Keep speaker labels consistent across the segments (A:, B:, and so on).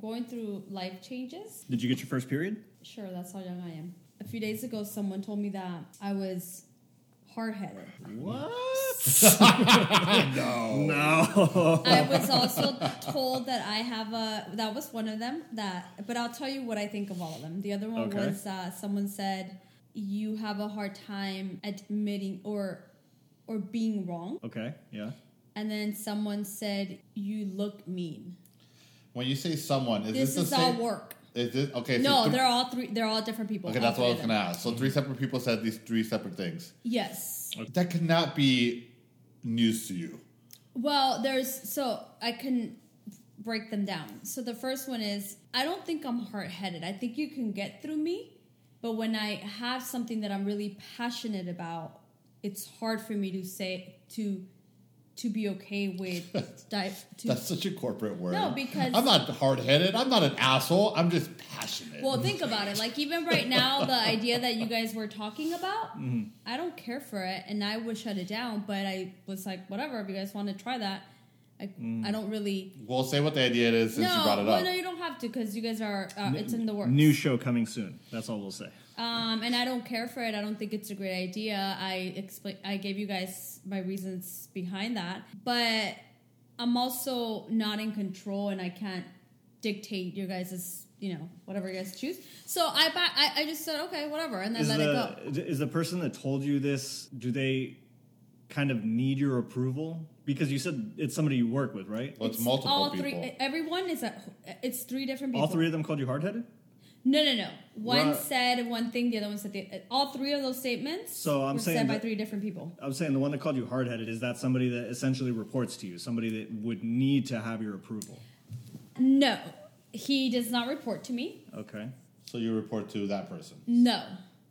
A: going through life changes.
B: Did you get your first period?
A: Sure, that's how young I am. A few days ago, someone told me that I was hard headed.
B: No.
A: I was also told that I have a. That was one of them. That, but I'll tell you what I think of all of them. The other one
B: Okay.
A: was uh, someone said you have a hard time admitting or or being wrong,
B: Okay. Yeah.
A: and then someone said you look mean.
C: When you say someone, is
A: This,
C: this,
A: is
C: the
A: all
C: same?
A: work.
C: Is this okay? so
A: No,
C: th-
A: they're all three. They're all different people.
C: okay.
A: all
C: That's what
A: three of
C: I was gonna
A: them.
C: ask. So three separate people said these three separate things.
A: Yes.
C: That cannot be news to you.
A: Well, there's so I can break them down. So the first one is I don't think I'm hard headed. I think you can get through me, but when I have something that I'm really passionate about, it's hard for me to say to to be okay with dive to
C: That's such a corporate word.
A: No, because-
C: I'm not hard headed. I'm not an asshole. I'm just passionate.
A: Well, think about it. Like even right now, the idea that you guys were talking about,
C: Mm-hmm.
A: I don't care for it, and I would shut it down. But I was like, whatever. If you guys want to try that, I, I don't really.
C: Well, say what the idea is Mm. since you
A: no,
C: brought it
A: well,
C: up.
A: no, you don't have to because you guys are. Uh, it's in the works.
B: New show coming soon. That's all we'll say.
A: Um, and I don't care for it. I don't think it's a great idea. I explain. I gave you guys my reasons behind that, but I'm also not in control, and I can't dictate your guys' you know whatever you guys choose. So I ba- I, I just said okay, whatever, and then
B: Is
A: let it go.
B: the, is the person that told you this, do they kind of need your approval? Because you said it's somebody you work with, right?
C: Well, it's, multiple
A: all
C: people.
A: three. Everyone is a. It's three different people.
B: All three of them called you hard headed?
A: No, no, no. One
B: Right.
A: said one thing, the other one said the. All three of those statements.
B: So I'm
A: were
B: saying
A: said by
B: that-
A: three different people.
B: I'm saying the one that called you hard headed is that somebody that essentially reports to you, somebody that would need to have your approval.
A: No, he does not report to me.
B: Okay.
C: so you report to that person.
A: No.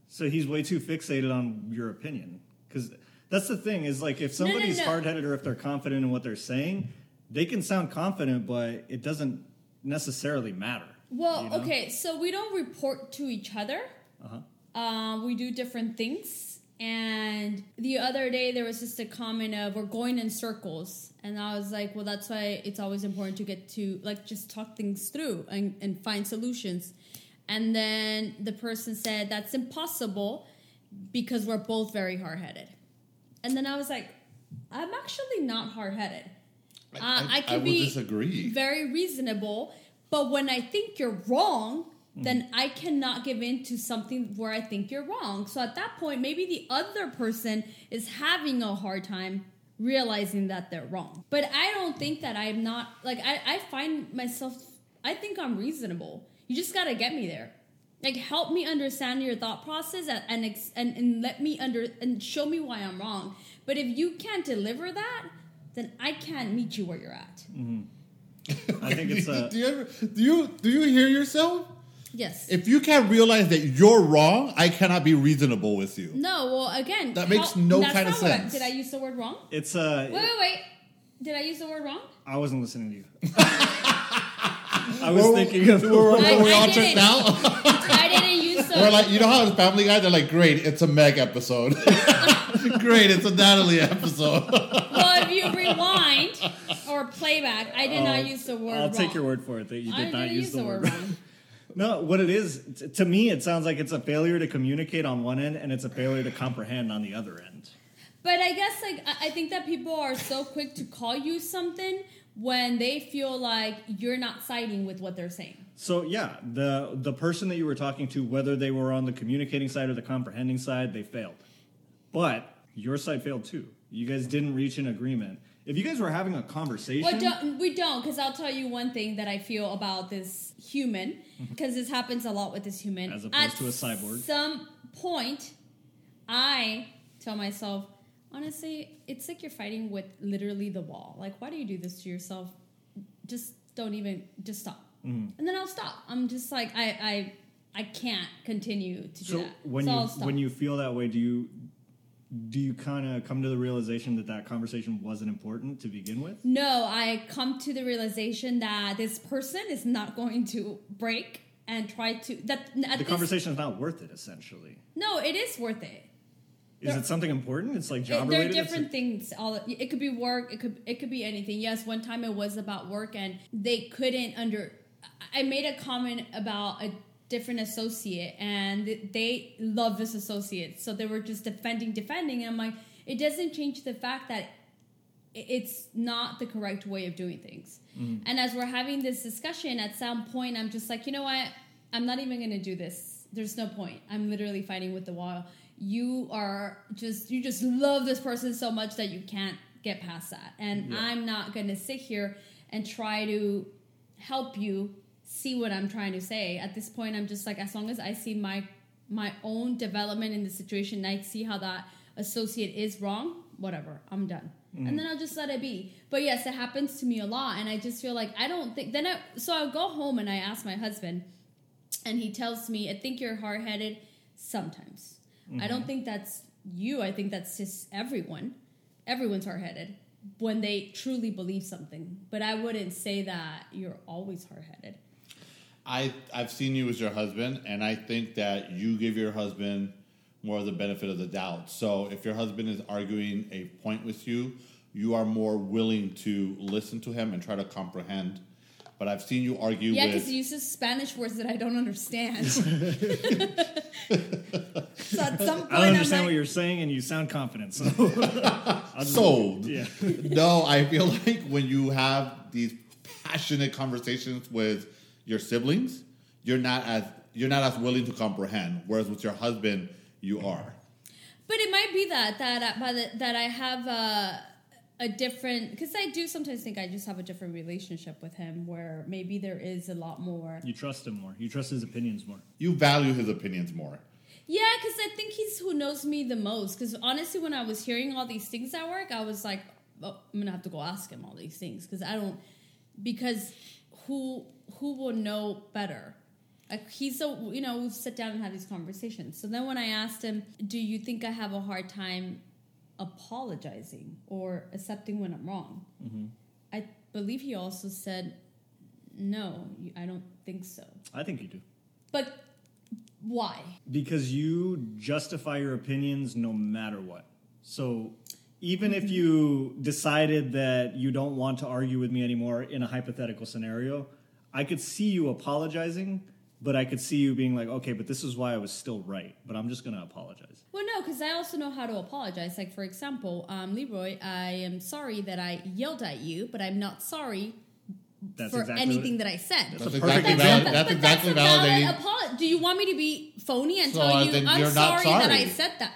B: So he's way too fixated on your opinion. Because that's the thing is like if
A: no,
B: somebody's
A: no.
B: hard headed or if they're confident in what they're saying, they can sound confident, but it doesn't necessarily matter.
A: Well,
B: you know?
A: okay, so we don't report to each other. Uh-huh. we do different things. And the other day there was just a comment of we're going in circles. And I was like, well, that's why it's always important to get to like just talk things through and, and find solutions. And then the person said, that's impossible because we're both very hard headed. And then I was like, I'm actually not hard headed. Uh, I can
C: would
A: be
C: disagree.
A: very reasonable. But when I think you're wrong, then I cannot give in to something where I think you're wrong. So at that point, maybe the other person is having a hard time realizing that they're wrong. But I don't think that I'm not like I, I find myself I think I'm reasonable. You just gotta get me there. Like help me understand your thought process and and, ex- and and let me under and show me why I'm wrong. But if you can't deliver that, then I can't meet you where you're at.
B: I think it's a
C: do, you ever, do you do you hear yourself?
A: Yes.
C: If you can't realize that you're wrong, I cannot be reasonable with you.
A: No, well, again,
C: That makes no
A: that's
C: kind of
A: not what I-
C: sense.
A: did I use the word wrong?
B: it's a
A: Wait, wait, wait. Did I use the word wrong?
B: I wasn't listening to you. I was thinking of
A: I-
C: Are we
A: I
C: all
A: did
C: tricked
A: it.
C: out?
A: I didn't use the.
C: We're like, you know how in Family Guy, they're like, great, it's a Meg episode. great, it's a Natalie episode.
A: well, if you rewind or playback, I did not use the word.
B: Oh, I'll take
A: wrong.
B: your word for it that you
A: I
B: did not
A: didn't
B: use the word.
A: wrong.
B: no, what it is t- to me, it sounds like it's a failure to communicate on one end, and it's a failure to comprehend on the other end.
A: But I guess like I- I think that people are so quick to call you something when they feel like you're not siding with what they're saying.
B: So yeah, the the person that you were talking to, whether they were on the communicating side or the comprehending side, they failed. But your side failed too. You guys didn't reach an agreement. If you guys were having a conversation,
A: Well, don't, we don't, because I'll tell you one thing that I feel about this human, because this happens a lot with this human.
B: Mm-hmm. As opposed to a cyborg.
A: Some point, I tell myself, honestly, it's like you're fighting with literally the wall. Like, why do you do this to yourself? Just don't even. Just stop.
B: Mm-hmm.
A: And then I'll stop. I'm just like I I I can't continue to do
B: so
A: that.
B: when
A: so
B: you
A: I'll stop.
B: when you feel that way, do you do you kind of come to the realization that that conversation wasn't important to begin with?
A: No, I come to the realization that this person is not going to break and try to that at
B: The
A: this-
B: conversation is not worth it. Essentially,
A: No, it is worth it.
B: is
A: There-
B: it something important? It's like
A: It-
B: job
A: there are
B: related. It's
A: different things. All it could be work. It could it could be anything. Yes, one time it was about work, and they couldn't under I made a comment about a different associate, and they love this associate, so they were just defending, defending. And I'm like, it doesn't change the fact that i- it's not the correct way of doing things. And as we're having this discussion, at some point, I'm just like, you know what? I'm not even going to do this. There's no point. I'm literally fighting with the wall. You are just, you just love this person so much that you can't get past that. And
B: Yeah.
A: I'm not going to sit here and try to help you see what I'm trying to say. At this point, I'm just like, as long as I see my my own development in the situation, and I see how that associate is wrong. Whatever, I'm done, and then I'll just let it be. But yes, it happens to me a lot, and I just feel like I don't think. Then I so I'll go home and I ask my husband, and he tells me, "I think you're hard headed sometimes. I
B: Mm-hmm.
A: don't think that's you. I think that's just everyone. Everyone's hard headed." When they truly believe something, but I wouldn't say that you're always hard headed.
C: I I've seen you as your husband, and I think that you give your husband more of the benefit of the doubt. So if your husband is arguing a point with you, you are more willing to listen to him and try to comprehend. But I've seen you argue
A: Yeah,
C: with
A: because he uses Spanish words that I don't understand. so at some point,
B: I don't
A: am
B: understand what
A: like,
B: you're saying, and you sound confident. So,
C: sold.
B: yeah,
C: no, I feel like when you have these passionate conversations with your siblings, you're not as you're not as willing to comprehend. Whereas with your husband, you are.
A: But it might be that that uh, by the, that I have a a different because I do sometimes think I just have a different relationship with him where maybe there is a lot more.
B: you trust him more. You trust his opinions more.
C: You value his opinions more.
A: Yeah, because I think he's who knows me the most. Because honestly, when I was hearing all these things at work, I was like, oh, I'm gonna have to go ask him all these things because I don't because who who will know better? Like he's so you know we sit down and have these conversations. So then when I asked him, do you think I have a hard time apologizing or accepting when I'm wrong? I believe he also said, no, you- I don't think so.
B: I think you do
A: But why?
B: because you justify your opinions no matter what. So, even
A: Mm-hmm.
B: if you decided that you don't want to argue with me anymore in a hypothetical scenario, I could see you apologizing, but I could see you being like, "Okay, but this is why I was still right." But I'm just going to apologize.
A: Well, no, because I also know how to apologize. Like, for example, um, Leroy, I am sorry that I yelled at you, but I'm not sorry
B: That's
A: for
B: exactly what it-
A: anything that I said.
B: That's
C: That's
B: a perfect
C: exactly
B: example.
C: valid. That's
A: but
C: exactly
A: that's a valid
C: validating.
A: apolo- Do you want me to be phony and
C: So, uh,
A: tell you
C: then
A: I'm
C: you're not
A: sorry, that I
C: sorry.
A: said that?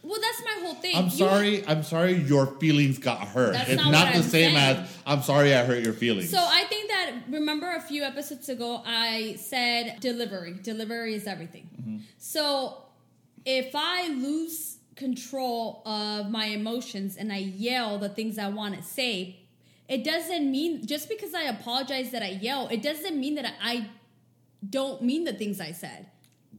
A: Well, that's my whole thing.
C: I'm
A: You-
C: sorry. I'm sorry. Your feelings got hurt.
A: That's
C: it's
A: not
C: not,
A: what
C: the
A: I'm
C: same
A: saying.
C: as I'm sorry I hurt your feelings.
A: So I think that remember a few episodes ago I said delivery. Delivery is everything. So if I lose control of my emotions and I yell the things I want to say, it doesn't mean just because I apologize that I yell, it doesn't mean that I don't mean the things I said.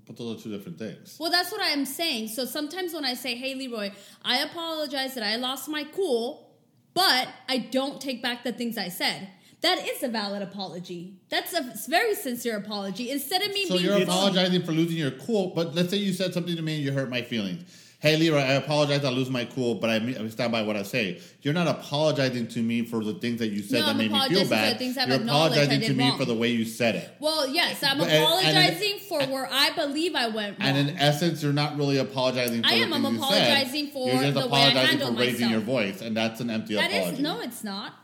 C: but those are two different things.
A: Well, that's what I'm saying. So sometimes when I say, "Hey, Leroy, I apologize that I lost my cool, but I don't take back the things I said." That is a valid apology. That's a very sincere apology. Instead of me
C: So
A: being
C: you're
A: phony-
C: apologizing for losing your cool. But let's say you said something to me and you hurt my feelings. Hey, Leroy, I apologize. I lose my cool, but I, mean, I stand by what I say. You're not apologizing to me for the things that you said
A: No,
C: that
A: I'm
C: made me
A: apologizing
C: feel
A: for the
C: bad.
A: things I've
C: You're
A: acknowledged I
C: apologizing to
A: did
C: me
A: wrong.
C: for the way you said it.
A: well, yes, I'm
C: And- and-
A: apologizing for where I believe I went wrong.
C: And in essence, you're not really apologizing. for
A: I
C: the
A: am. I'm
C: things you said.
A: apologizing for
C: You're just
A: the way I
C: apologizing
A: handled
C: for raising
A: myself.
C: your voice, and that's an empty
A: That is
C: apology.
A: no, it's not.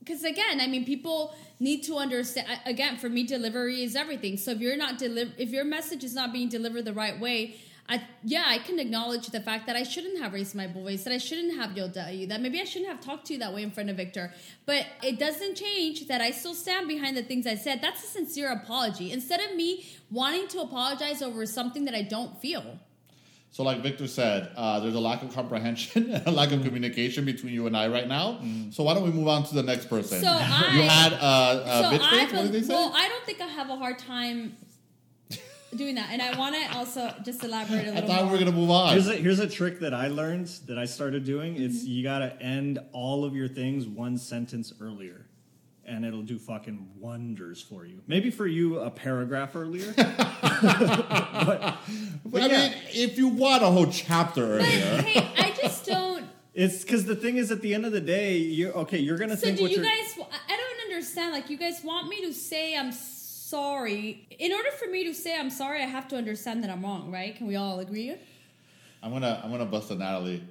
A: Because again, I mean, people need to understand. I- Again, for me, delivery is everything. So if you're not deliver, if your message is not being delivered the right way, I yeah, I can acknowledge the fact that I shouldn't have raised my voice, that I shouldn't have yelled at you, that maybe I shouldn't have talked to you that way in front of Victor. But it doesn't change that I still stand behind the things I said. That's a sincere apology. Instead of me wanting to apologize over something that I don't feel.
C: So, like Victor said, uh, there's a lack of comprehension, a lack of communication between you and I right now. So, why don't we move on to the next person?
A: Mm. So I-
C: you had uh, uh, bitch face. What
A: bel-
C: did they say?
A: well, I don't think I have a hard time doing that, and I want to also just elaborate a
C: I
A: little.
C: thought we
A: more.
C: were gonna move on.
B: Here's a, here's a trick that I learned that I started doing. It's
A: Mm-hmm.
B: you gotta end all of your things one sentence earlier, and it'll do fucking wonders for you. Maybe for you, a paragraph earlier.
C: But I
B: yeah.
C: mean, if you want a whole chapter
A: But
C: earlier,
A: hey, I just don't.
B: it's because the thing is, at the end of the day, you're okay. You're gonna
A: So
B: think
A: do
B: what
A: you
B: you're.
A: guys? I I don't understand. Like you guys want me to say I'm sorry. In order for me to say I'm sorry, I have to understand that I'm wrong, right? Can we all agree?
C: I'm gonna I'm gonna bust a Natalie.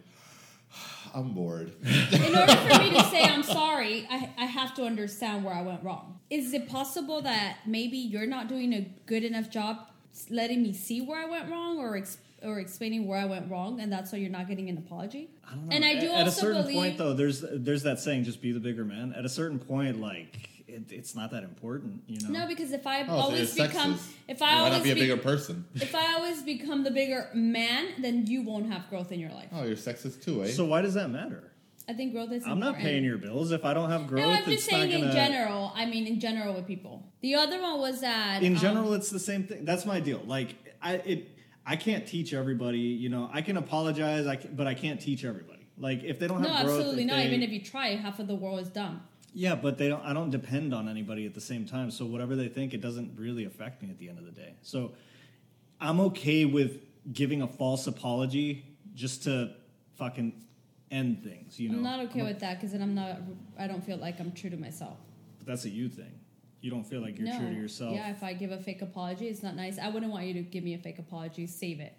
C: I'm bored.
A: In order for me to say I'm sorry, I, I have to understand where I went wrong. Is it possible that maybe you're not doing a good enough job s- letting me see where I went wrong or ex- or explaining where I went wrong, and that's why you're not getting an apology?
B: I don't know.
A: And I do
B: at, at a
A: also
B: certain
A: believe.
B: point though, there's there's that saying, just be the bigger man. At a certain point, like it, it's not that important, you know.
A: no, because if I
C: Oh, so
A: always
C: you're
A: become,
C: sexist.
A: if
C: Why
A: I always
C: not be a
A: be-
C: bigger person?
A: if I always become the bigger man, then you won't have growth in your life.
C: Oh, you're sexist too, eh?
B: so why does that matter?
A: I think growth is.
B: I'm not
A: important.
B: paying your bills if I don't have growth.
A: No, I'm
B: it's
A: just saying
B: not gonna,
A: in general. I mean, in general with people. The other one was that
B: in
A: um,
B: general it's the same thing that's my deal like i it i can't teach everybody you know i can apologize I can, but i can't teach everybody like if they don't have
A: No,
B: growth
A: absolutely
B: if
A: not.
B: they-
A: Even if you try, half of the world is dumb.
B: yeah but they don't i don't depend on anybody at the same time so whatever they think it doesn't really affect me at the end of the day so i'm okay with giving a false apology just to fucking end things you know
A: I'm not okay with that because then I'm not. I don't feel like I'm true to myself.
B: but that's a you thing you don't feel like you're
A: no.
B: true to yourself
A: Yeah, if I give a fake apology, it's not nice. I wouldn't want you to give me a fake apology. Save it.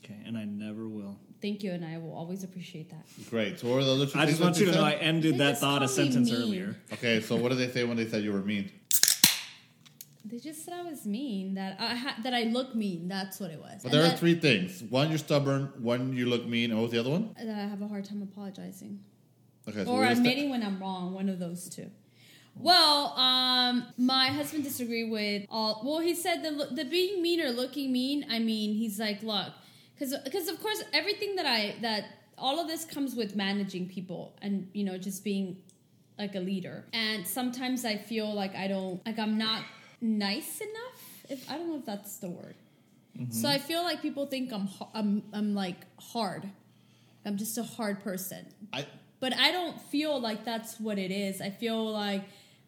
B: okay and i never will
A: Thank you, and I will always appreciate that.
C: Great. So what are the other two
B: i
C: things
B: just
C: that
B: want you to
C: said?
B: know i ended
A: They
B: that
A: just
B: thought a
A: call me
B: sentence
A: mean.
B: earlier
C: Okay, so what did they say when they said you were mean?
A: They just said I was mean. That I ha- that I look mean. That's what it was.
C: But
A: And
C: there are
A: that-
C: three things. One, you're stubborn. One, you look mean. And what was the other one?
A: That I have a hard time apologizing.
C: Okay, so
A: or
C: we're just-
A: admitting when I'm wrong. One of those two. Well, um, my husband disagreed with all. Well, he said the lo- the being mean or looking mean. I mean, he's like, look, because because of course everything that I that all of this comes with managing people and you know just being like a leader. And sometimes I feel like I don't like I'm not nice enough. If I don't know if that's the word.
C: Mm-hmm.
A: So I feel like people think I'm ha- I'm I'm like hard. I'm just a hard person
C: I,
A: but I don't feel like that's what it is. I feel like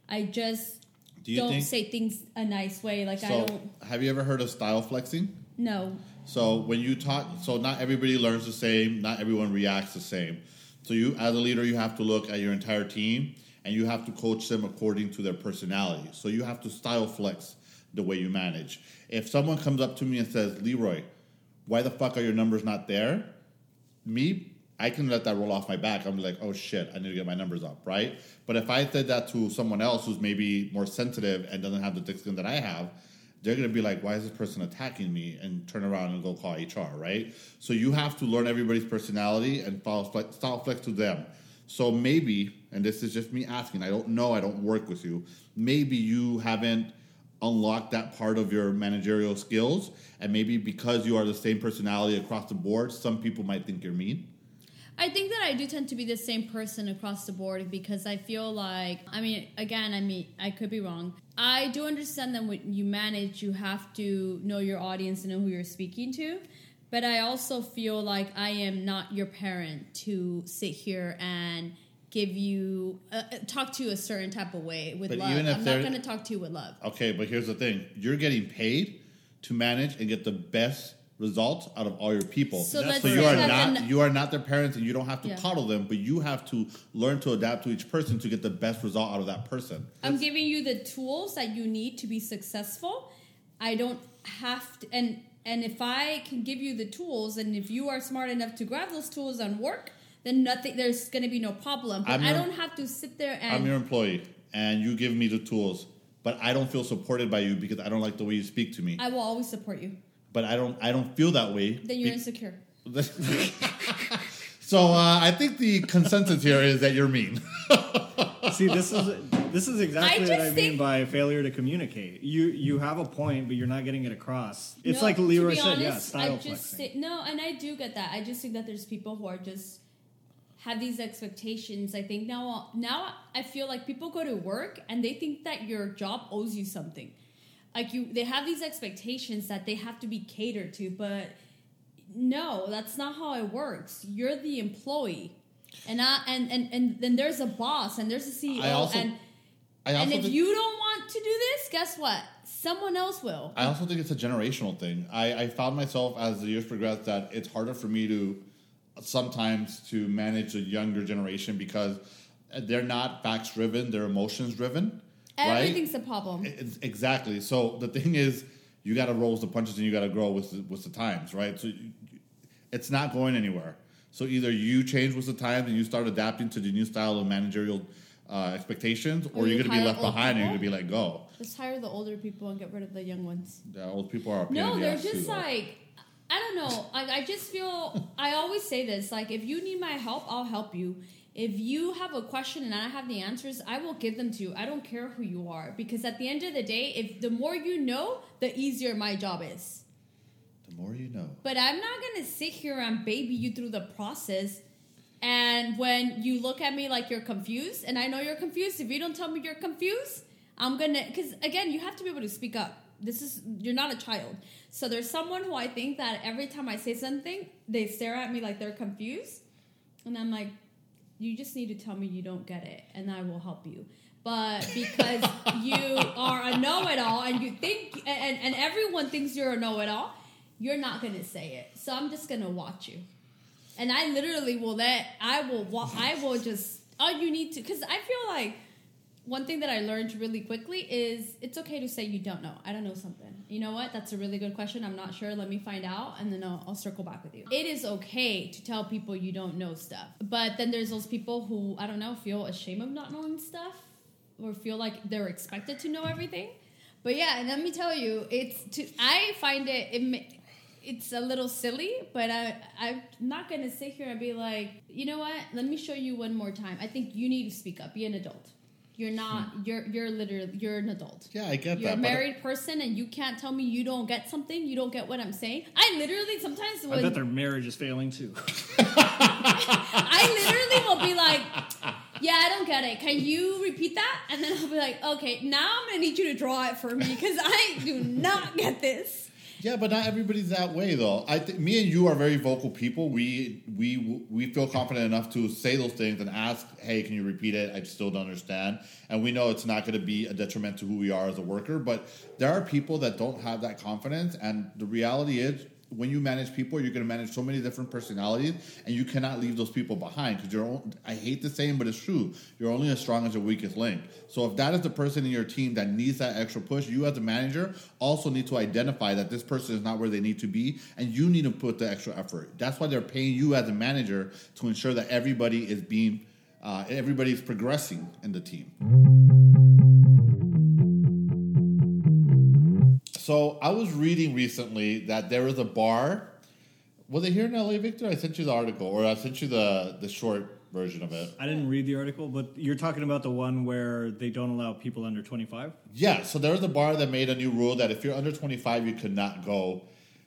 A: I just
C: do you
A: not
C: think?
A: say things a nice way. Like I
C: so
A: don't
C: have you ever heard of style flexing?
A: know.
C: So when you talk, so not everybody learns the same, not everyone reacts the same. So you, as a leader, you have to look at your entire team and you have to coach them according to their personality. So you have to style flex the way you manage. If someone comes up to me and says, "Leroy, why the fuck are your numbers not there?" me, I can let that roll off my back. I'm like, oh shit, I need to get my numbers up, right? But if I said that to someone else who's maybe more sensitive and doesn't have the thick skin that I have, they're gonna be like, why is this person attacking me? And turn around and go call HR, right? So you have to learn everybody's personality and follow flex, style flex to them. So maybe, and this is just me asking, I don't know, I don't work with you, maybe you haven't unlock that part of your managerial skills and maybe because you are the same personality across the board some people might think you're mean
A: I think that I do tend to be the same person across the board because I feel like I mean again I mean I could be wrong. I do understand that when you manage you have to know your audience and know who you're speaking to. But I also feel like I am not your parent to sit here and give you uh, uh, talk to you a certain type of way with
C: But
A: love.
C: even if
A: I'm
C: there-
A: not going to talk to you with love.
C: okay but here's the thing you're getting paid to manage and get the best results out of all your people
A: So let's
B: That's
C: so
B: what
A: say
C: you are
A: that
C: not
A: then-
C: you are not their parents and you don't have to
A: Yeah.
C: coddle them but you have to learn to adapt to each person to get the best result out of that person
A: I'm giving you the tools that you need to be successful. I don't have to, and and if I can give you the tools, and if you are smart enough to grab those tools and work, then nothing. There's going to be no problem. But
C: I'm
A: I
C: your-
A: don't have to sit there and.
C: I'm your employee and you give me the tools but i don't feel supported by you because i don't like the way you speak to me
A: I will always support you.
C: but i don't i don't feel that way
A: Then you're
C: be-
A: insecure.
C: so uh, I think the consensus here is that you're mean.
B: See, this is this is exactly what
A: just
B: I mean
A: think-
B: by failure to communicate. You you have a point, but you're not getting it across. It's
A: No,
B: like
A: to be
B: Leroy said, yeah,
A: honest,
B: style
A: I just
B: flexing.
A: thi- no, and I do get that. I just think that there's people who are just have these expectations. I think now now I feel like people go to work and they think that your job owes you something. Like you they have these expectations that they have to be catered to, but no, that's not how it works. You're the employee. And I and and and then there's a boss and there's a CEO
C: I also-
A: and
C: I also
A: and if
C: think,
A: you don't want to do this, guess what? Someone else will.
C: I also think it's a generational thing. I, I found myself as the years progressed that it's harder for me to sometimes to manage the younger generation because they're not facts driven; they're emotions driven. right?
A: Everything's a problem.
C: It's- Exactly. So the thing is, you got to roll the punches and you got to grow with the, with the times, right? So you- it's not going anywhere. So either you change with the times and you start adapting to the new style of managerial uh, expectations, or,
A: Or
C: you're
A: you
C: going to be
A: hire
C: left
A: old
C: behind and you're
A: people?
C: going to be like, go.
A: Just hire the older people and get rid of the young ones.
C: The old people are a pain
A: No,
C: in the
A: they're
C: ass, too,
A: just
C: though.
A: like I don't know. Like I just feel I always say this, like if you need my help, I'll help you. If you have a question and I have the answers, I will give them to you. I don't care who you are because at the end of the day, if the more you know, the easier my job is.
C: the more you know.
A: But I'm not gonna sit here and baby you through the process. And when you look at me like you're confused, and I know you're confused, if you don't tell me you're confused, I'm gonna. Because again, you have to be able to speak up. This is you're not a child. So there's someone who I think that every time I say something, they stare at me like they're confused, and I'm like, you just need to tell me you don't get it, and I will help you. But because you are a know-it-all, and you think, and, and everyone thinks you're a know-it-all, you're not gonna say it. So I'm just gonna watch you. And I literally will let I will wa- I will just all you need to because I feel like one thing that I learned really quickly is it's okay to say you don't know. I don't know something. You know what? That's a really good question. I'm not sure. Let me find out, and then I'll, I'll circle back with you. It is okay to tell people you don't know stuff, but then there's those people who I don't know feel ashamed of not knowing stuff or feel like they're expected to know everything. But yeah, and let me tell you, it's to, I find it, it ma- it's a little silly, but I I'm not gonna sit here and be like, you know what? Let me show you one more time. I think you need to speak up. Be an adult. You're not. You're you're literally you're an adult.
C: Yeah, I get
A: You're a
C: that. but-
A: married person, and you can't tell me you don't get something. You don't get what I'm saying. I literally sometimes
B: I bet
A: when
B: their marriage is failing too.
A: I literally will be like, yeah, I don't get it. Can you repeat that? And then I'll be like, okay, now I'm gonna need you to draw it for me because I do not get this.
C: Yeah, but not everybody's that way though. I think me and you are very vocal people. We we we feel confident enough to say those things and ask, "Hey, can you repeat it? I still don't understand." And we know it's not going to be a detriment to who we are as a worker, but there are people that don't have that confidence and the reality is when you manage people, you're going to manage so many different personalities, and you cannot leave those people behind because you're. on- I hate the saying, but it's true. You're only as strong as your weakest link. So if that is the person in your team that needs that extra push, you as the manager also need to identify that this person is not where they need to be, and you need to put the extra effort. That's why they're paying you as a manager to ensure that everybody is being, uh, everybody's progressing in the team. So I was reading recently that there was a bar. Was it here in LA, Victor? I sent you the article, or I sent you the the short version of it.
B: I didn't read the article, but you're talking about the one where they don't allow people under 25.
C: Yeah. So there was a bar that made a new rule that if you're under 25, you could not go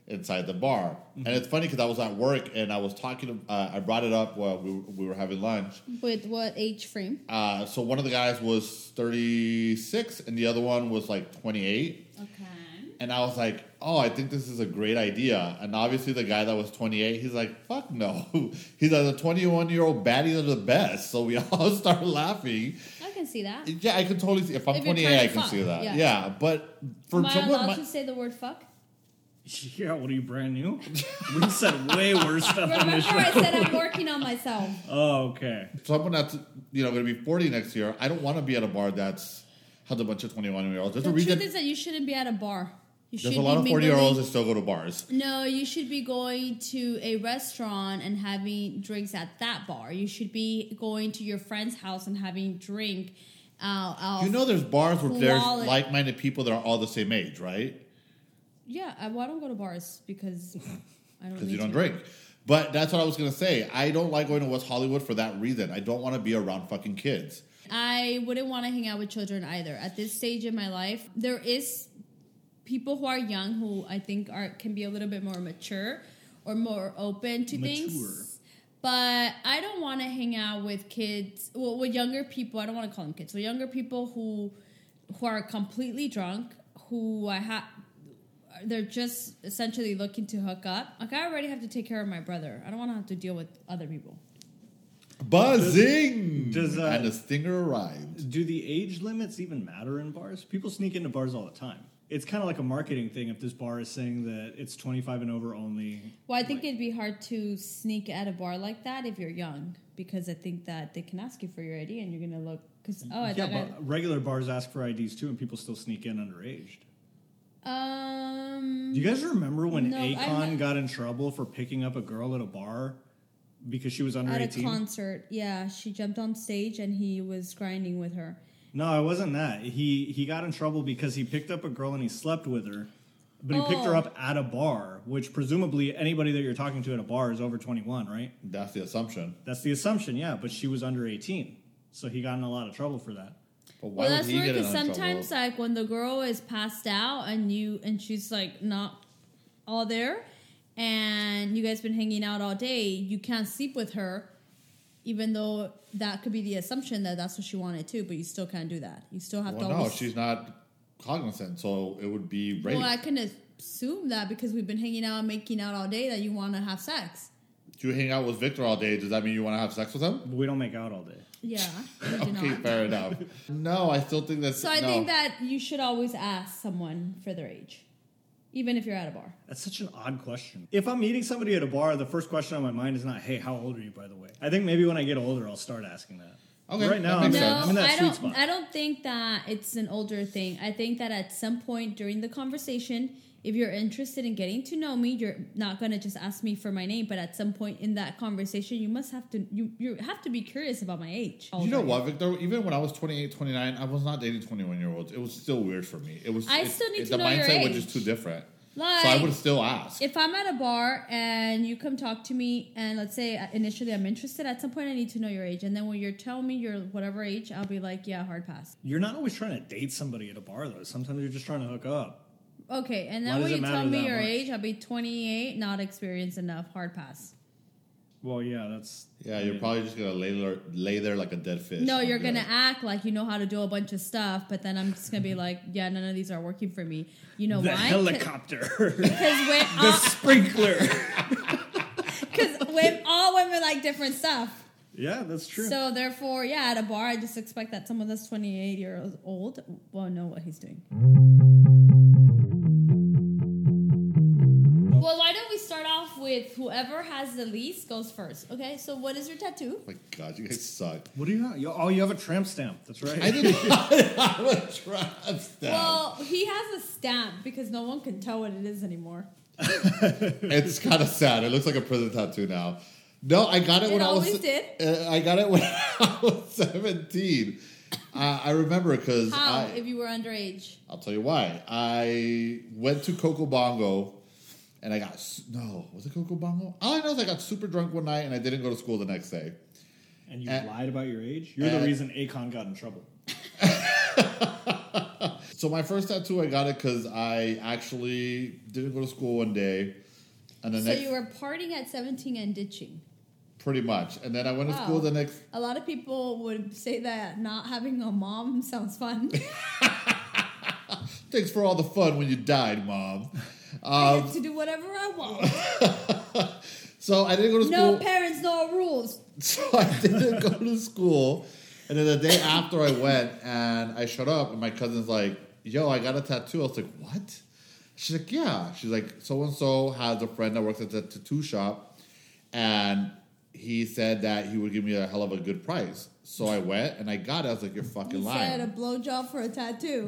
C: inside the bar. And it's funny because I was at work and I was talking. Uh, I brought it up while we, were- we were having lunch.
A: With what age frame?
C: Uh, so one of the guys was 36, and the other one was like 28.
A: Okay.
C: And I was like, oh, I think this is a great idea. And obviously, the guy that was 28, he's like, fuck no. He's like, the 21 year old baddies are the best. So we all start laughing.
A: I can see that.
C: Yeah, I can totally see. If I'm
A: If you're
C: 28,
A: trying
C: I
A: to
C: can
A: fuck,
C: see that.
A: yeah.
C: Yeah, but for
A: Am I
C: someone.
A: allowed
C: my-
A: to say the word fuck?
B: Yeah, what are you brand new? we said way worse stuff on
A: Remember,
B: this show.
A: I said I'm working on myself.
B: Oh, okay.
C: someone that's you know going to be 40 next year, I don't want to be at a bar that's has a bunch of 21 year olds. There's
A: The
C: a reason.
A: truth is that you shouldn't be at a bar. You
C: There's a
A: should
C: lot of
A: be
C: 40 year olds that
A: mingling-
C: still go to bars.
A: No, you should be going to a restaurant and having drinks at that bar. You should be going to your friend's house and having drink. Uh, out.
C: You know, there's bars where there's
A: Wallet.
C: like minded people that are all the same age, right?
A: yeah. I, well, I don't go to bars because I don't.
C: because you
A: need
C: don't
A: to.
C: drink. But that's what I was gonna say. I don't like going to West Hollywood for that reason. I don't want to be around fucking kids.
A: I wouldn't want to hang out with children either. At this stage in my life, there is people who are young who I think are can be a little bit more mature or more open to
B: Mature.
A: things. But I don't want to hang out with kids, well, with younger people. I don't want to call them kids. With younger people who who are completely drunk, who I have they're just essentially looking to hook up. Like I already have to take care of my brother. I don't want to have to deal with other people.
C: Buzzing,
B: Does- does, uh,
C: and the stinger arrived.
B: Do the age limits even matter in bars? People sneak into bars all the time. It's kind of like a marketing thing if this bar is saying that it's 25 and over only.
A: Well, I think it'd be hard to sneak at a bar like that if you're young because I think that they can ask you for your ID and you're gonna look because
C: Mm-hmm.
A: oh I
B: yeah,
A: thought
B: but regular bars ask for IDs too, and people still sneak in underage.
A: I, um
B: Do you guys remember when
A: No, I
B: Akon
A: ha-
B: got in trouble for picking up a girl at a bar because she was under
A: at a
B: 18?
A: concert yeah she jumped on stage and he was grinding with her
B: No, it wasn't that. He he got in trouble because he picked up a girl and he slept with her, but he picked her
A: Oh.
B: up at a bar, which presumably anybody that you're talking to at a bar is over 21, right?
C: That's the assumption.
B: That's the assumption, yeah. But she was under 18, so he got in a lot of trouble for that.
C: But why
A: well
C: would
A: that's
C: he
A: weird
C: get in
A: because
C: trouble?
A: sometimes uh, like when the girl is passed out and you and she's like not all there and you guys been hanging out all day you can't sleep with her even though that could be the assumption that that's what she wanted too but you still can't do that you still have
C: Well,
A: to
C: no,
A: always
C: she's not cognizant, so it would be rape.
A: Well, I can assume that because we've been hanging out and making out all day that you want to have sex.
C: If you hang out with Victor all day, does that mean you want to have sex with him?
B: But we don't make out all day.
A: Yeah, we do
C: Okay,
A: not.
C: fair enough. No, I still think that's
A: So I
C: no.
A: think that you should always ask someone for their age, even if you're at a bar.
B: That's such an odd question. If I'm meeting somebody at a bar, the first question on my mind is not, "Hey, how old are you?" By the way, I think maybe when I get older, I'll start asking that.
C: Okay,
B: right now,
C: that
B: I'm,
C: makes
A: No,
C: sense.
B: I'm in that
A: I
B: sweet
A: don't.
B: spot.
A: I don't think that it's an older thing. I think that at some point during the conversation, if you're interested in getting to know me, you're not gonna just ask me for my name. But at some point in that conversation, you must have to. You you have to be curious about my age.
C: You know what, Victor? Even when I was 28, 29, I was not dating 21 year olds. It was still weird for me. It was
A: I
C: it-
A: still need
C: it-
A: to
C: the
A: know your
C: mindset was
A: age.
C: just too different.
A: Like,
C: so I would still ask.
A: if I'm at a bar and you come talk to me, and let's say uh, initially I'm interested, at some point I need to know your age, and then when you're telling me you're whatever age, I'll be like, yeah, hard pass.
B: You're not always trying to date somebody at a bar, though. Sometimes you're just trying to hook up.
A: Okay, and
B: Why
A: then
B: does
A: when
B: it
A: you tell
B: matter that
A: me your
B: much?
A: age, I'll be 28, not experienced enough, hard pass.
B: Well, yeah, that's
C: yeah, you're probably just gonna lay there, lay there like a dead fish.
A: No,
C: and
A: you're
C: be
A: gonna
C: like,
A: act like you know how to do a bunch of stuff, but then I'm just gonna be like, yeah, none of these are working for me. You know
B: the
A: why?
B: helicopter,
A: Because when
B: the
A: all,
B: sprinkler.
A: 'cause when all women like different stuff.
B: yeah, that's true.
A: So therefore, yeah, at a bar, I just expect that someone that's 28 years old will know what he's doing. Well, why don't we start off with whoever has the least goes first? Okay, so what is your tattoo?
C: "Oh My God, you guys suck.
B: what do you have? You- Oh, you have a tramp stamp. That's right.
C: I did not have a trap stamp.
A: Well, he has a stamp because no one can tell what it is anymore.
C: it's kind of sad. It looks like a prison tattoo now. No, I got it,
A: It
C: when I was.
A: always did?
C: Uh, I got it when I was seventeen. Uh, I remember because
A: How,
C: I,
A: if you were underage?
C: I'll tell you why. I went to Coco Bongo and I got, s- no, was it Coco Bongo? All I know is I got super drunk one night and I didn't go to school the next day.
B: and you
C: Uh,
B: lied about your age. You're the
C: uh,
B: reason Akon got in trouble.
C: So my first tattoo, I got it because I actually didn't go to school one day. And the
A: So
C: next,
A: you were partying at 17 and ditching.
C: pretty much. And then I went to
A: Wow.
C: school the next,
A: A lot of people would say that not having a mom sounds fun.
C: thanks for all the fun when you died, mom. Uh, Um,
A: I get to do whatever I want.
C: So I didn't go to school.
A: No parents, no rules.
C: So I didn't go to school. And then the day after I went and I showed up and my cousin's like, yo, I got a tattoo. I was like, what? She's like, yeah. She's like, so and so has a friend that works at the tattoo shop. And he said that he would give me a hell of a good price. So I went and I got it. I was like, you're fucking
A: You
C: lying.
A: said a blowjob for a tattoo.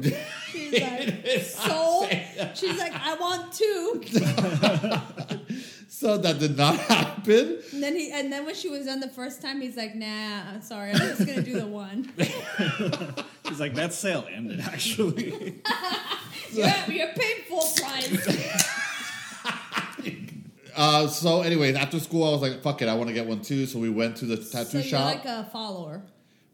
A: She's like, sold. She's like, I want two.
C: so that did not happen.
A: And then he, and then when she was done the first time, he's like, Nah, I'm sorry, I'm just gonna do the one.
B: He's like, that sale ended actually.
A: You're, you're paying full price.
C: Uh, so, anyways, after school, I was like, fuck it, I want to get one too. So we went to the
A: so
C: tattoo
A: you're
C: shop.
A: like a follower.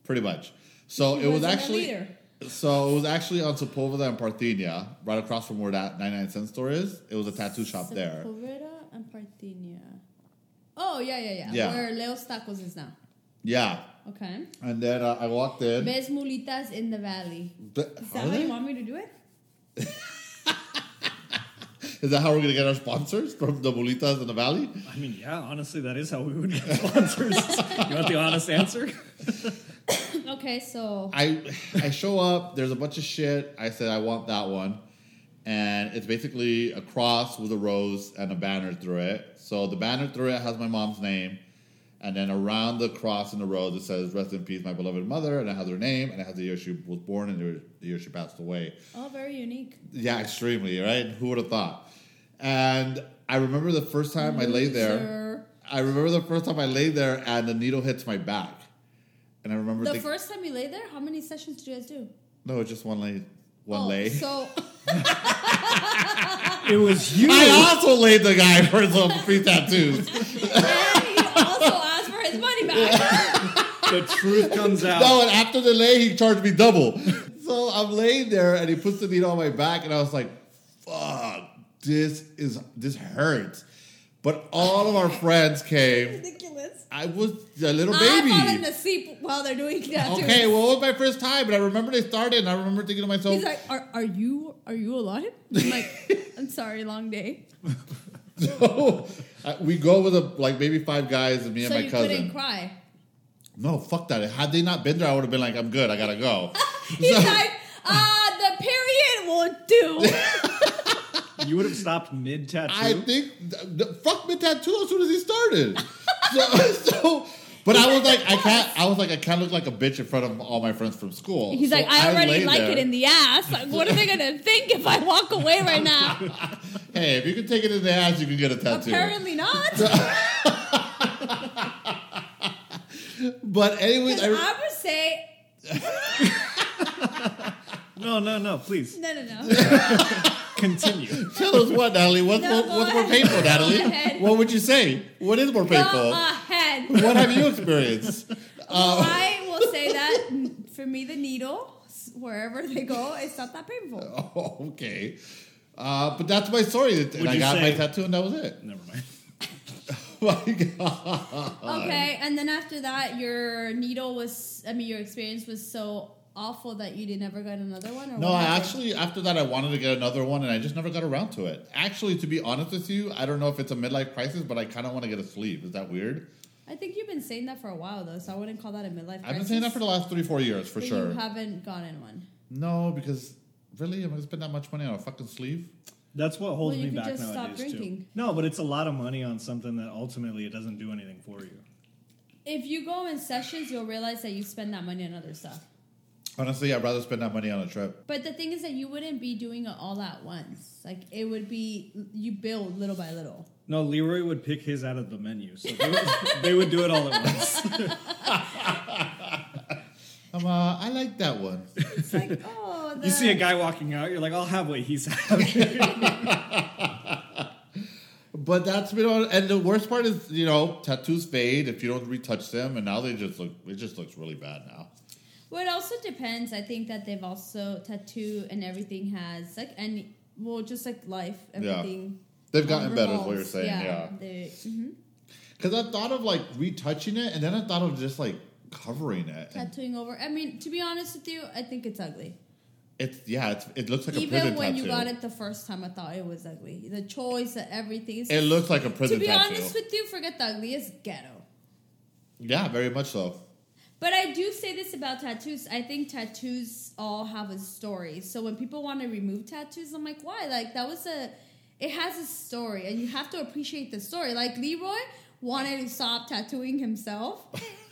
C: pretty much. So
A: He
C: it was
A: wasn't a
C: actually
A: leader.
C: so it was actually on Sepulveda and Parthenia, right across from where that 99 cent store is. It was a tattoo shop there.
A: Sepulveda and Parthenia. Oh yeah, yeah, yeah.
C: Yeah.
A: Where Leo's Tacos is now.
C: Yeah.
A: Okay.
C: And then uh, I walked in.
A: Best mulitas in the valley.
C: But-
A: Is that
C: are
A: how you
C: they?
A: want me to do it?
C: Is that how we're gonna get our sponsors from the Bolitas in the Valley?
B: I mean, yeah, honestly, that is how we would get sponsors. you want the honest answer?
A: Okay, so
C: I I show up. There's a bunch of shit. I said I want that one, and it's basically a cross with a rose and a banner through it. So the banner through it has my mom's name, And then around the cross in the road that says, Rest in peace, my beloved mother, and it has her name, and it has the year she was born and the year- the year she passed away.
A: All very unique.
C: Yeah, extremely, right? Who would have thought? And I remember the first time I lay there.
A: Sir.
C: I remember the first time I lay there and the needle hits my back. And I remember
A: The
C: think-
A: first time you lay there, how many sessions did you guys do?
C: No, it's just one lay. One
A: Oh,
C: lay.
A: So
B: It was you.
C: I also laid the guy for some free tattoos.
A: and he also asked for his money back.
B: the truth comes out.
C: No, and after the lay, he charged me double. So I'm laying there, and he puts the needle on my back, and I was like, "Fuck, this is this hurts." But all of our friends came.
A: Ridiculous.
C: I was a little
A: I'm falling
C: baby.
A: asleep while they're doing that too.
C: Okay, well, it was my first time, and I remember they started, and I remember thinking to myself,
A: He's like, are, are you are you alive? I'm like, I'm sorry, long day.
C: so, uh, "We go with a, like maybe five guys and me and
A: so
C: my
A: you couldn't
C: cousin."
A: cry.
C: No, fuck that. Had they not been there, I would have been like, "I'm good. I gotta go."
A: He's like, ah, the period won't do.
B: You would have stopped mid tattoo.
C: I think th- th- fuck mid tattoo as soon as he started. so, so, but I was like, I can't. I was like, I can't look like a bitch in front of all my friends from school.
A: He's
C: So
A: like, I already
C: lay
A: like
C: there.
A: it in the ass. Like, what are they gonna think if I walk away right now?
C: Hey, if you can take it in the ass, you can get a tattoo.
A: Apparently not.
C: But anyways,
A: 'Cause
C: I,
A: I would say
B: no, no, no. Please
A: no, no, no.
B: continue.
C: tell us what, Natalie. What's,
A: No,
C: more,
A: go
C: what's more
A: ahead.
C: painful,
A: Go
C: Natalie?
A: ahead.
C: What would you say? What is more
A: Go
C: painful?
A: ahead.
C: What have you experienced?
A: I will say that mm, for me, the needle wherever they go, it's not that painful.
C: Oh, okay. Uh, but that's my story. And
B: Would
C: I
B: you
C: got
B: say-
C: my tattoo, and that was it.
B: Never mind.
C: my God. Oh.
A: Okay, and then after that, your needle was, I mean, your experience was so awful that you didn't ever get another one? Or
C: No,
A: what
C: I
A: happened?
C: actually after that I wanted to get another one, and I just never got around to it. Actually, to be honest with you, I don't know if it's a midlife crisis, but I kind of want to get a sleeve. Is that weird?
A: I think you've been saying that for a while, though, so I wouldn't call that a midlife crisis.
C: I've been saying that for the last three, four years for
A: But
C: sure.
A: You haven't gotten one.
C: no, because really, am I gonna spend that much money on a fucking sleeve?
B: That's what holds
A: Well, you
B: me
A: could
B: back
A: just stop
B: nowadays too.
A: drinking.
B: No, but it's a lot of money on something that ultimately it doesn't do anything for you.
A: If you go in sessions, you'll realize that you spend that money on other stuff.
C: Honestly, I'd rather spend that money on a trip.
A: But the thing is that you wouldn't be doing it all at once. Like, it would be, you build little by little.
B: No, Leroy would pick his out of the menu, so they would, they would do it all at once.
C: Um, uh, I like that one.
A: It's like, oh, the,
B: You see a guy walking out, you're like, "I'll have what he's having."
C: But that's been on, and the worst part is, you know, tattoos fade if you don't retouch them, and now they just look. It just looks really bad now.
A: Well, it also depends. I think that they've also tattoo and everything has like any well, just like life,
C: Yeah.
A: everything.
C: They've gotten better, is what you're
A: revolves.
C: saying. yeah.
A: they- mhm.
C: Because I thought of like retouching it, and then I thought of just like covering it. And
A: tattooing over. I mean, to be honest with you, I think it's ugly.
C: It's yeah, it's, it looks like a
A: Even
C: prison
A: when
C: tattoo.
A: you got it the first time, I thought it was ugly. The choice, the everything. It's
C: It looks like
A: to
C: a prison
A: be
C: tattoo.
A: honest with you, forget the ugly. It's ghetto.
C: yeah, very much so.
A: But I do say this about tattoos. I think tattoos all have a story. So when people want to remove tattoos, I'm like, why? Like that was a, it has a story, and you have to appreciate the story. Like Leroy wanted to stop tattooing himself,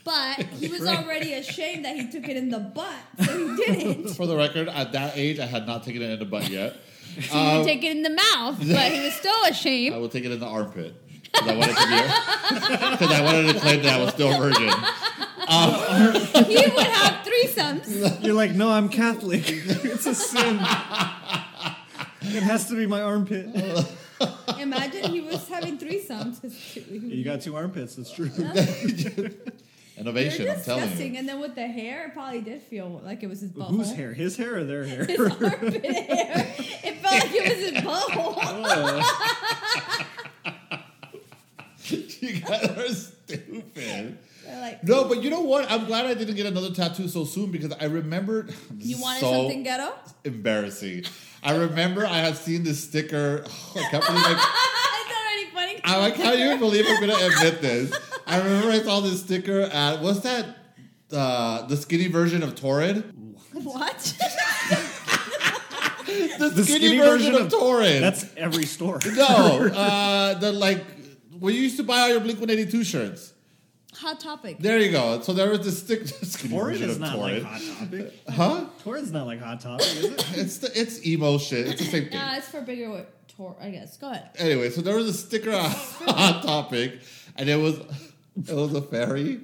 A: but he was already ashamed that he took it in the butt, so he didn't.
C: For the record, at that age, I had not taken it in the butt yet.
A: He would take it in the mouth, but he was still
C: I
A: ashamed.
C: will take it in the armpit because I wanted to be because I wanted to claim that I was still a virgin.
A: He would have threesomes.
B: You're like, "No, I'm Catholic. it's a sin. It has to be my armpit."
A: Imagine he was having threesomes.
B: You got two armpits. That's true.
C: Innovation,
A: You're
C: I'm telling
A: disgusting.
C: you.
A: And then with the hair, it probably did feel like it was his butthole.
B: Whose hair? His hair or their hair?
A: His armpit hair. It felt like it was his butthole.
B: Oh,
C: you guys are stupid.
A: They're like,
C: No, but you know what? I'm glad I didn't get another tattoo so soon because I remembered. this
A: you
C: is
A: wanted
C: so
A: something ghetto?
C: embarrassing. I remember I had seen this sticker. I can't believe I
A: it's already funny.
C: I like how you believe I'm gonna admit this. I remember I saw this sticker at what's that? Uh, the skinny version of Torrid.
A: What?
C: The skinny, version, of, Torrid.
B: that's every store.
C: no, uh, the like when you used to buy all your Blink One Eighty Two shirts.
A: Hot topic.
C: There you go. So there was this stick
B: Torrid
C: discussion
B: is
C: of
B: not like
C: Torrid.
B: Hot Topic.
C: Huh?
B: Torrid's not like Hot Topic, is it?
C: It's the, it's emo shit. It's the same thing.
A: Nah, it's for bigger wi- tour, I guess. Go ahead.
C: anyway, so there was a sticker on Hot Topic, and it was it was a fairy,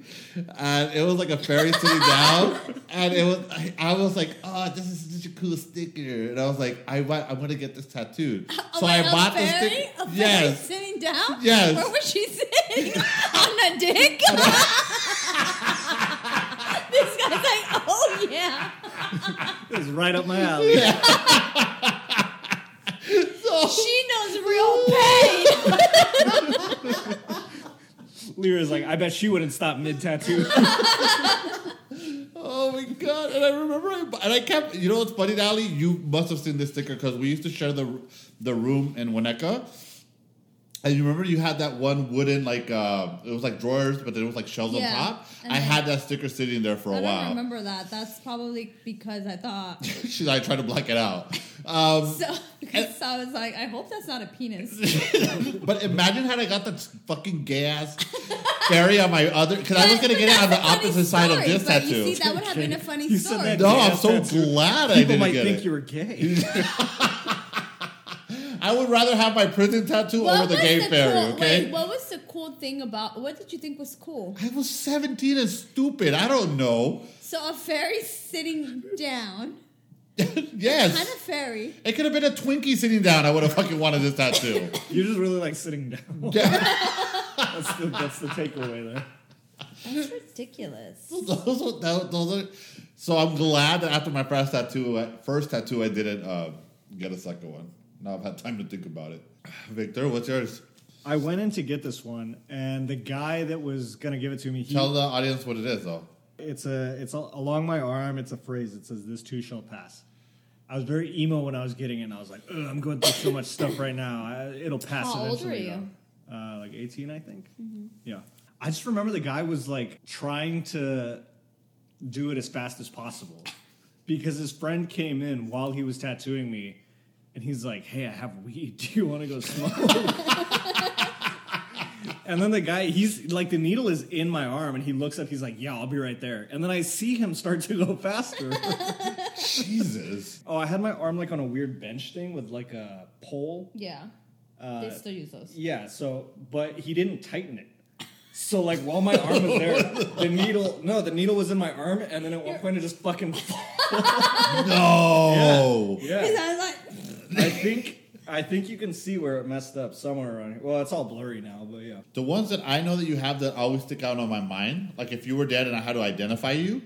C: and it was like a fairy sitting down, and it was I, I was like, oh, this is such a cool sticker, and I was like, I want I want to get this tattooed,
A: Oh,
C: so
A: wait,
C: I
A: a
C: bought the
A: fairy?
C: sticker.
A: A fairy
C: Yes.
A: sitting down?
C: Yes.
A: Where was she sitting? On a dick? this guy's like, oh yeah.
B: It's right up my alley.
C: Oh.
A: She knows real pain.
B: Lyra's like, I bet she wouldn't stop mid tattoo.
C: Oh my god! And I remember, I, bu- and I kept. You know what's funny, Natalie? You must have seen this sticker because we used to share the the room in Winneka. And you remember you had that one wooden like uh it was like drawers, but then it was like shelves
A: Yeah.
C: on top.
A: And
C: I
A: then-
C: had that sticker sitting there for a
A: I don't
C: while.
A: remember that. That's probably because I thought
C: She's like trying to black it out. Um,
A: so. Because I was like, I hope that's not a penis.
C: but imagine had I got that fucking gay ass fairy on my other because I was gonna get it on the
A: That's a funny
C: opposite side of
A: story,
C: this
A: but
C: tattoo.
A: You see, that would have been a funny
B: You said
A: story.
B: that-
C: no, I'm
B: Yeah,
C: so
B: tattoo.
C: glad I
B: People
C: didn't
B: might
C: get
B: think
C: it.
B: you were gay.
C: I would rather have my prison tattoo over the
A: was
C: gay fairy.
A: cool,
C: okay.
A: Wait, what was the cool thing about? What did you think was cool?
C: I was 17 and stupid. I don't know.
A: So a fairy sitting down,
C: Yes.
A: kind of fairy.
C: it could have been a Twinkie sitting down. I would have fucking wanted this tattoo.
B: You just really like sitting down.
C: yeah.
B: That's the, that's the takeaway there.
A: That's ridiculous.
C: Those, are- tho- those are, so I'm glad that after my first tattoo, I- first tattoo, I didn't uh, get a second one. Now I've had time to think about it. Victor, what's yours?
B: I went in to get this one, and the guy that was gonna give it to me, he,
C: Tell the audience what it is, though.
B: it's a it's a, along my arm. It's a phrase that says, "This too shall pass." I was very emo when I was getting it. and I was like, Ugh, "I'm going through so much stuff right now. I, it'll pass."
A: How old
B: eventually,
A: were you? Mm-hmm.
B: though. Uh, like 18, I think. Yeah, I just remember the guy was like trying to do it as fast as possible because his friend came in while he was tattooing me, and he's like, "Hey, I have weed. Do you want to go smoke?" And then the guy, he's like, the needle is in my arm, and he looks up, he's like, Yeah, I'll be right there. And then I see him start to go faster.
C: Jesus.
B: oh, I had my arm like on a weird bench thing with like a pole.
A: Yeah, they still use those.
B: Uh, Yeah, so, but he didn't tighten it. So, like, while my arm was there, the needle, no, the needle was in my arm, and then at one point it just fucking.
C: No.
B: Yeah.
A: I was like,
B: I think. I think you can see where it messed up somewhere around here. Well, it's all blurry now, but yeah.
C: The ones that I know that you have that always stick out on my mind, like if you were dead and I had to identify you,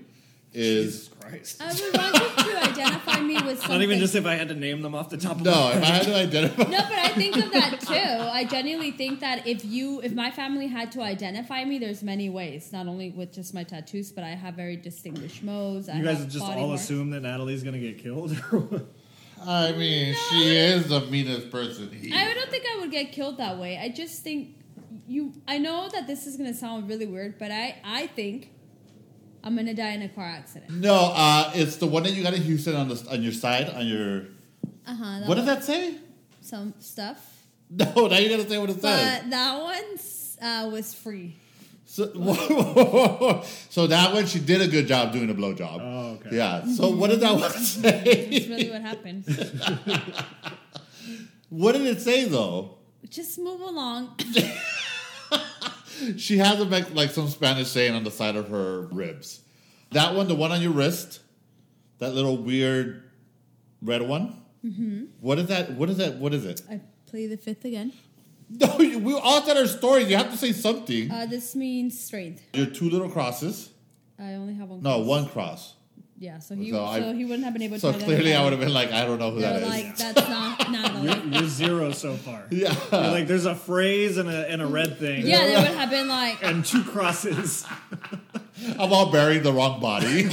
B: Jesus
C: is
B: Christ.
A: I would want you to identify me with something.
B: Not even just if I had to name them off the top of my
C: No, if I had to identify,
A: No, but I think of that too. I genuinely think that if you, if my family had to identify me, there's many ways. Not only with just my tattoos, but I have very distinguished moles. I
B: You guys
A: have
B: just
A: body
B: all
A: marks.
B: assume that Natalie's gonna get killed. or what?
C: I mean, she is the meanest person here.
A: I don't think I would get killed that way. I just think you. I know that this is gonna sound really weird, but I, I think I'm gonna die in a car accident.
C: no, uh, it's the one that you got in Houston on the on your side on your.
A: Uh huh.
C: What does that say?
A: Some stuff,
C: No, now you gotta say what it says.
A: but that one's uh, was free.
C: So, so that one, she did a good job doing a blowjob.
B: Oh, okay.
C: Yeah. So what did that one say?
A: That's really what happened.
C: What did it say though?
A: just move along.
C: She has a like, like some Spanish saying on the side of her ribs. That one, the one on your wrist, that little weird red one. Mm-hmm. What is that? What is that? What is it?
A: I play the fifth again.
C: No, you, we all tell our stories. You have to say something.
A: Uh, this means strength.
C: Your two little crosses.
A: I only have one.
C: No,
A: cross.
C: one cross.
A: Yeah, so he
C: So
A: so,
C: I-
A: he wouldn't have been able to.
C: So
A: identify
C: clearly, I
A: them.
C: would have been like, I don't know who
A: They're
C: that is.
A: like that's not Natalie.
B: You're zero so far.
C: Yeah.
B: You're like there's a phrase and a and a red thing.
A: yeah, they would have been like.
B: And two crosses.
C: I'm all buried in the wrong body.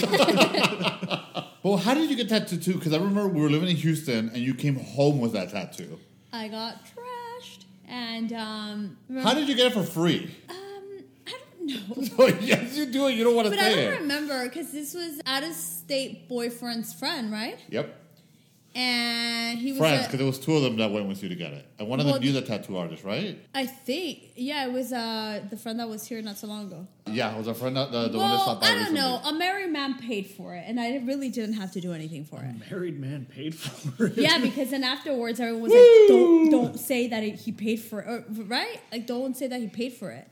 C: well, how did you get that tattoo? Because I remember we were living in Houston, and you came home with that tattoo.
A: I got trashed, and um,
C: How did you get it for free?
A: um, I don't know.
C: Oh, yes, you do it. You don't want to
A: But I
C: say
A: don't
C: it.
A: remember because this was out of state boyfriend's friend, right?
C: Yep.
A: and he was
C: Friends,
A: a-
C: because there was two of them that went with you together, and one of
A: Well,
C: them you're the tattoo artist, right?
A: I think yeah, it was uh the friend that was here not so long ago.
C: Yeah, it was a friend that the, the one that
A: well,
C: stopped by
A: I don't
C: recently.
A: know. A married man paid for it, and I really didn't have to do anything for it.
B: Married man paid for it.
A: Yeah, because then afterwards everyone was like, "Don't don't say that he paid for it, or, right? Like don't say that he paid for it."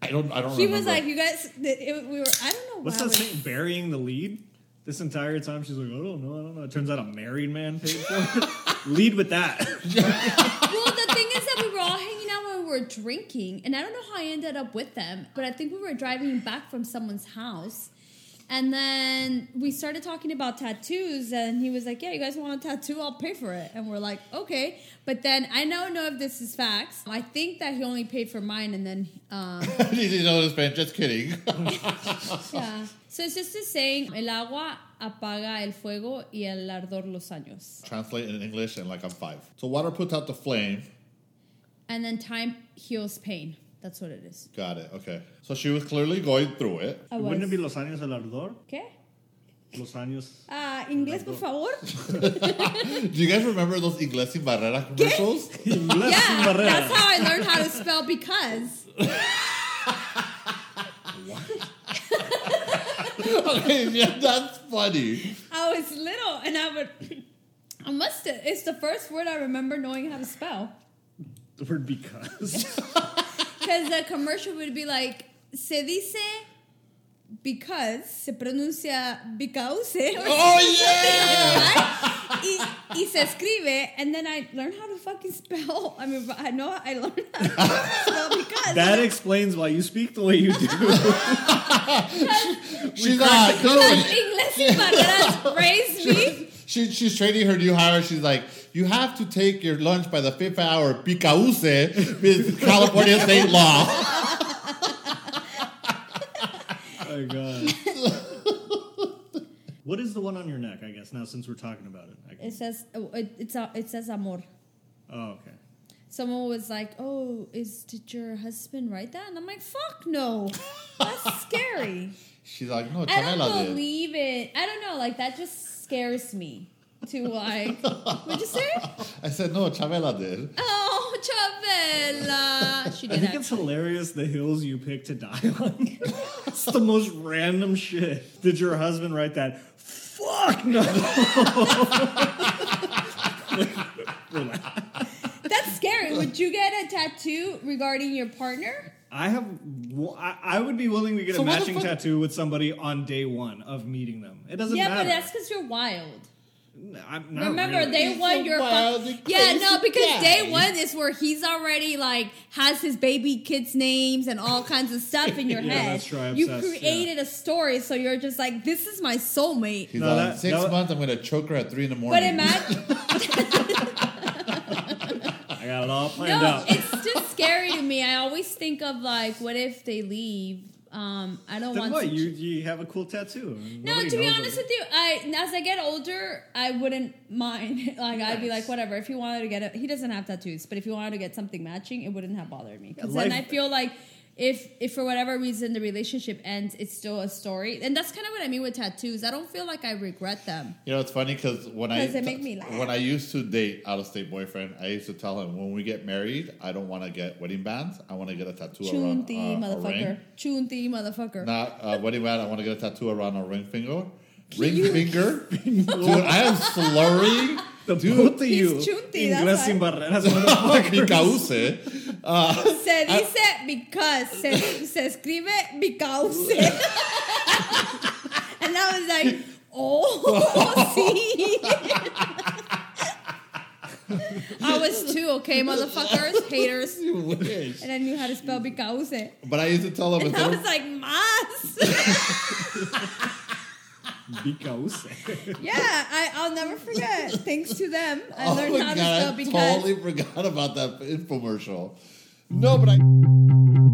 C: I don't. I don't.
A: He was
C: remember.
A: like, "You guys, it, it- we were. I don't know
B: What's
A: why."
B: that
A: we-
B: saying? Burying the lead? This entire time she's like, I don't know, I don't know. It turns out a married man paid for it. lead with that.
A: well, the thing is that we were all hanging out when we were drinking, and I don't know how I ended up with them, but I think we were driving back from someone's house. And then we started talking about tattoos, and he was like, "Yeah, you guys want a tattoo? I'll pay for it." And we're like, "Okay." But then I don't know if this is facts. I think that he only paid for mine, and then um,
C: He's an oldest man. Just kidding.
A: yeah. So it's just the saying: "El agua apaga el fuego y el ardor los años."
C: Translate in English, and like I'm five. So water puts out the flame.
A: And then time heals pain. That's what it is.
C: Got it. Okay. So she was clearly going through it.
A: I
B: Wouldn't it
A: was-
B: be Los Años del Ardor?
A: Okay.
B: Los Años.
A: Ah, inglés, por favor.
C: Do you guys remember those Inglés sin barrera commercials?
B: Inglés sin
A: yeah,
B: barrera.
A: that's how I learned how to spell because.
C: okay, yeah, that's funny.
A: I was little and I would. I must. It's the first word I remember knowing how to spell
B: The word because.
A: because the commercial would be like se dice because se pronuncia because or
C: Oh yeah.
A: y, y se escribe and then I learned how to fucking spell. I mean, I know I learned how to spell because.
B: that explains why you speak the way you do.
C: She's not
A: Because
C: good.
A: Inglés sin barreras raised me.
C: She, she's training her new hire. She's like, you have to take your lunch by the fifth hour. Picause with California state law.
B: oh, God. what is the one on your neck, I guess, now since we're talking about it? I
A: It
B: guess.
A: says oh, it, it's a, it says amor.
B: Oh, okay.
A: Someone was like, "Oh, is did your husband write that?" And I'm like, "Fuck no, that's scary.
C: She's like, no,
A: I don't
C: Chabela did.
A: believe it. I don't know. Like that just scares me. To like, what'd you say?
C: I said, no, Chabela did.
A: Oh, Chavela. She
B: I
A: did
B: think it's
A: that.
B: hilarious the hills you pick to die on. it's the most random shit. Did your husband write that? Fuck no. Relax.
A: That's scary. Would you get a tattoo regarding your partner?
B: I have. I I would be willing to get
C: So
B: a
C: what the
B: matching
C: fuck-
B: tattoo with somebody on day one of meeting them. It doesn't
A: yeah,
B: matter.
A: but that's because you're wild.
B: I'm not
A: Remember,
B: really.
A: day
C: He's
A: one,
C: a
A: you're
C: wild
A: fuck-
C: and
A: yeah,
C: crazy
A: no, because
C: guy.
A: day one is where he's already like has his baby kids' names and all kinds of stuff in your
B: Yeah,
A: head.
B: that's right,
A: you
B: obsessed, yeah.
A: created a story, so you're just like, this is my soulmate.
C: He's
B: No,
C: like,
B: that-
C: six
B: that-
C: months, I'm going to choke her at three in the morning.
A: But imagine,
B: I got it all planned
A: no,
B: out.
A: it's just scary to me. I always think of like, what if they leave? Um, I don't
B: Then
A: want
B: what?
A: to.
B: You you have a cool tattoo.
A: No, to be honest with you, I as I get older, I wouldn't mind. Like I'd be
B: Nice.
A: like, whatever. If he wanted to get it, he doesn't have tattoos, but if he wanted to get something matching, it wouldn't have bothered me. Because
B: Yeah,
A: then I
B: life-
A: feel like if if for whatever reason the relationship ends, it's still a story, and that's kind of what I mean with tattoos. I don't feel like I regret them.
C: You know, it's funny because when I
A: 'Cause they make me laugh.
C: when I used to date out of state boyfriend, I used to tell him when we get married, I don't want to get wedding bands. I want to get a tattoo around
A: Chunti,
C: uh, a
A: motherfucker.
C: ring.
A: Chunti, motherfucker.
C: Not a wedding band. I want to get a tattoo around a ring finger. Ring finger. Dude, I am slurring.
B: The both of
A: He's
B: you,
A: chunti, that's
B: Inglés sin
A: why.
B: barreras,
C: Mi
B: motherfuckers.
C: cauce.
A: se
C: Ah.
A: dice because. Se, se escribe because. and I was like, oh, see. I was too, okay, motherfuckers, haters.
C: You wish.
A: And I knew how to spell because. And
C: But I used to tell him instead
A: I
C: of-
A: was like, mas.
B: Because
A: yeah, I, I'll never forget. Thanks to them, I
C: Oh
A: learned
C: my
A: how to
C: God,
A: spell
C: I
A: because.
C: totally forgot about that infomercial. No, but I.